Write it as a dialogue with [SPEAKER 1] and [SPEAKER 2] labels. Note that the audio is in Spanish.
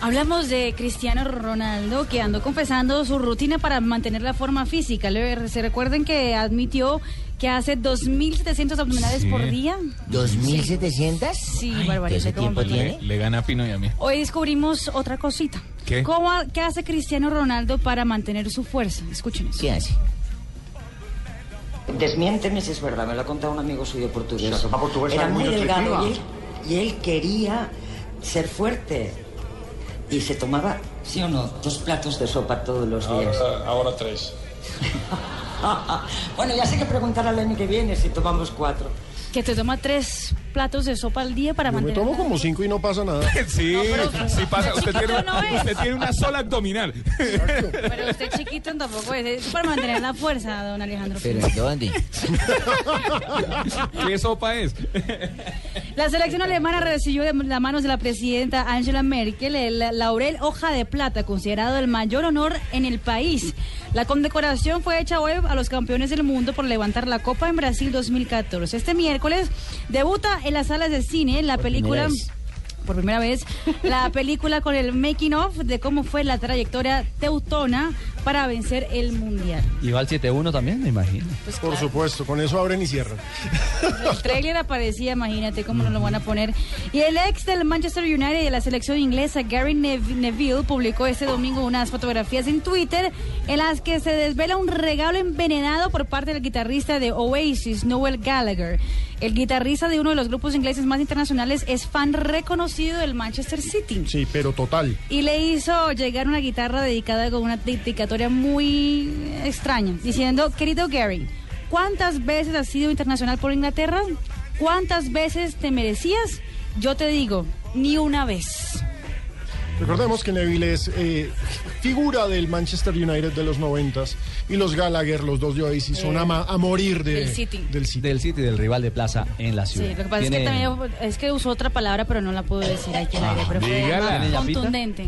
[SPEAKER 1] Hablamos de Cristiano Ronaldo que andó confesando su rutina para mantener la forma física. Le- Se recuerden que admitió que hace 2.700 abdominales
[SPEAKER 2] Sí.
[SPEAKER 1] por día.
[SPEAKER 3] ¿2.700?
[SPEAKER 1] Sí,
[SPEAKER 3] ¿todo ese
[SPEAKER 1] barbarita, ¿cómo
[SPEAKER 3] tiempo
[SPEAKER 1] me
[SPEAKER 3] tiene?
[SPEAKER 1] tiene?
[SPEAKER 2] Le, le gana a Pino y a mí.
[SPEAKER 1] Hoy descubrimos otra cosita.
[SPEAKER 2] ¿Qué?
[SPEAKER 1] ¿Cómo, ha- ¿Qué hace Cristiano Ronaldo para mantener su fuerza? Escuchen eso.
[SPEAKER 3] ¿Qué hace?
[SPEAKER 4] Desmiénteme si es verdad, me lo ha contado un amigo suyo portugués.
[SPEAKER 5] La sopa portuguesa
[SPEAKER 4] Era
[SPEAKER 5] es
[SPEAKER 4] muy
[SPEAKER 5] muy
[SPEAKER 4] delgado y él,
[SPEAKER 5] nutritiva.
[SPEAKER 4] y él quería ser fuerte. Y se tomaba, sí o no, dos platos de sopa todos los días.
[SPEAKER 6] Ahora, ahora tres.
[SPEAKER 4] bueno, ya sé que preguntar al año que viene si tomamos cuatro.
[SPEAKER 1] Que te toma tres platos de sopa al día para
[SPEAKER 5] Yo me
[SPEAKER 1] mantener.
[SPEAKER 5] tomo como cinco y no pasa nada.
[SPEAKER 2] Sí,
[SPEAKER 1] pero- pues,
[SPEAKER 2] sí pasa. Usted
[SPEAKER 1] No,
[SPEAKER 2] tiene,
[SPEAKER 1] no es.
[SPEAKER 2] usted tiene una sola abdominal.
[SPEAKER 1] Pero usted chiquito tampoco es, es para mantener la fuerza, don Alejandro.
[SPEAKER 3] ¿Pero dónde?
[SPEAKER 2] ¿Qué sopa es?
[SPEAKER 1] La selección alemana recibió de las manos de la presidenta Angela Merkel el laurel hoja de plata, considerado el mayor honor en el país. La condecoración fue hecha hoy a los campeones del mundo por levantar la Copa en Brasil 2014. Este miércoles debuta en las salas de cine la película...
[SPEAKER 3] primera vez.
[SPEAKER 1] Por primera vez, la película con el making of de cómo fue la trayectoria teutona para vencer el mundial.
[SPEAKER 7] Y va al 7-1 también, me imagino.
[SPEAKER 1] Pues
[SPEAKER 5] Por supuesto, con eso abren y cierran.
[SPEAKER 1] El trailer aparecía, imagínate cómo nos lo van a poner. Y el ex del Manchester United y de la selección inglesa, Gary Nev- Neville, publicó este domingo unas fotografías en Twitter en las que se desvela un regalo envenenado por parte del guitarrista de Oasis, Noel Gallagher. El guitarrista de uno de los grupos ingleses más internacionales es fan reconocido del Manchester City.
[SPEAKER 5] Sí, pero total.
[SPEAKER 1] Y le hizo llegar una guitarra dedicada con una dedicatoria muy extraña, diciendo, querido Gary, ¿cuántas veces has sido internacional por Inglaterra? ¿Cuántas veces te merecías? Yo te digo, ni una vez.
[SPEAKER 5] Recordemos que Neville es eh, figura del Manchester United de los noventas y los Gallagher, los dos de Oasis, son a, ma- a morir de-
[SPEAKER 1] del City.
[SPEAKER 5] del City.
[SPEAKER 7] Del City, del rival de Plaza en la ciudad.
[SPEAKER 1] Sí, lo que pasa es que
[SPEAKER 7] Tiene-
[SPEAKER 1] también es que usó otra palabra, pero no la puedo decir aquí al aire, pero fue
[SPEAKER 2] dígala.
[SPEAKER 1] más
[SPEAKER 7] ¿Tiene yapita?
[SPEAKER 1] contundente.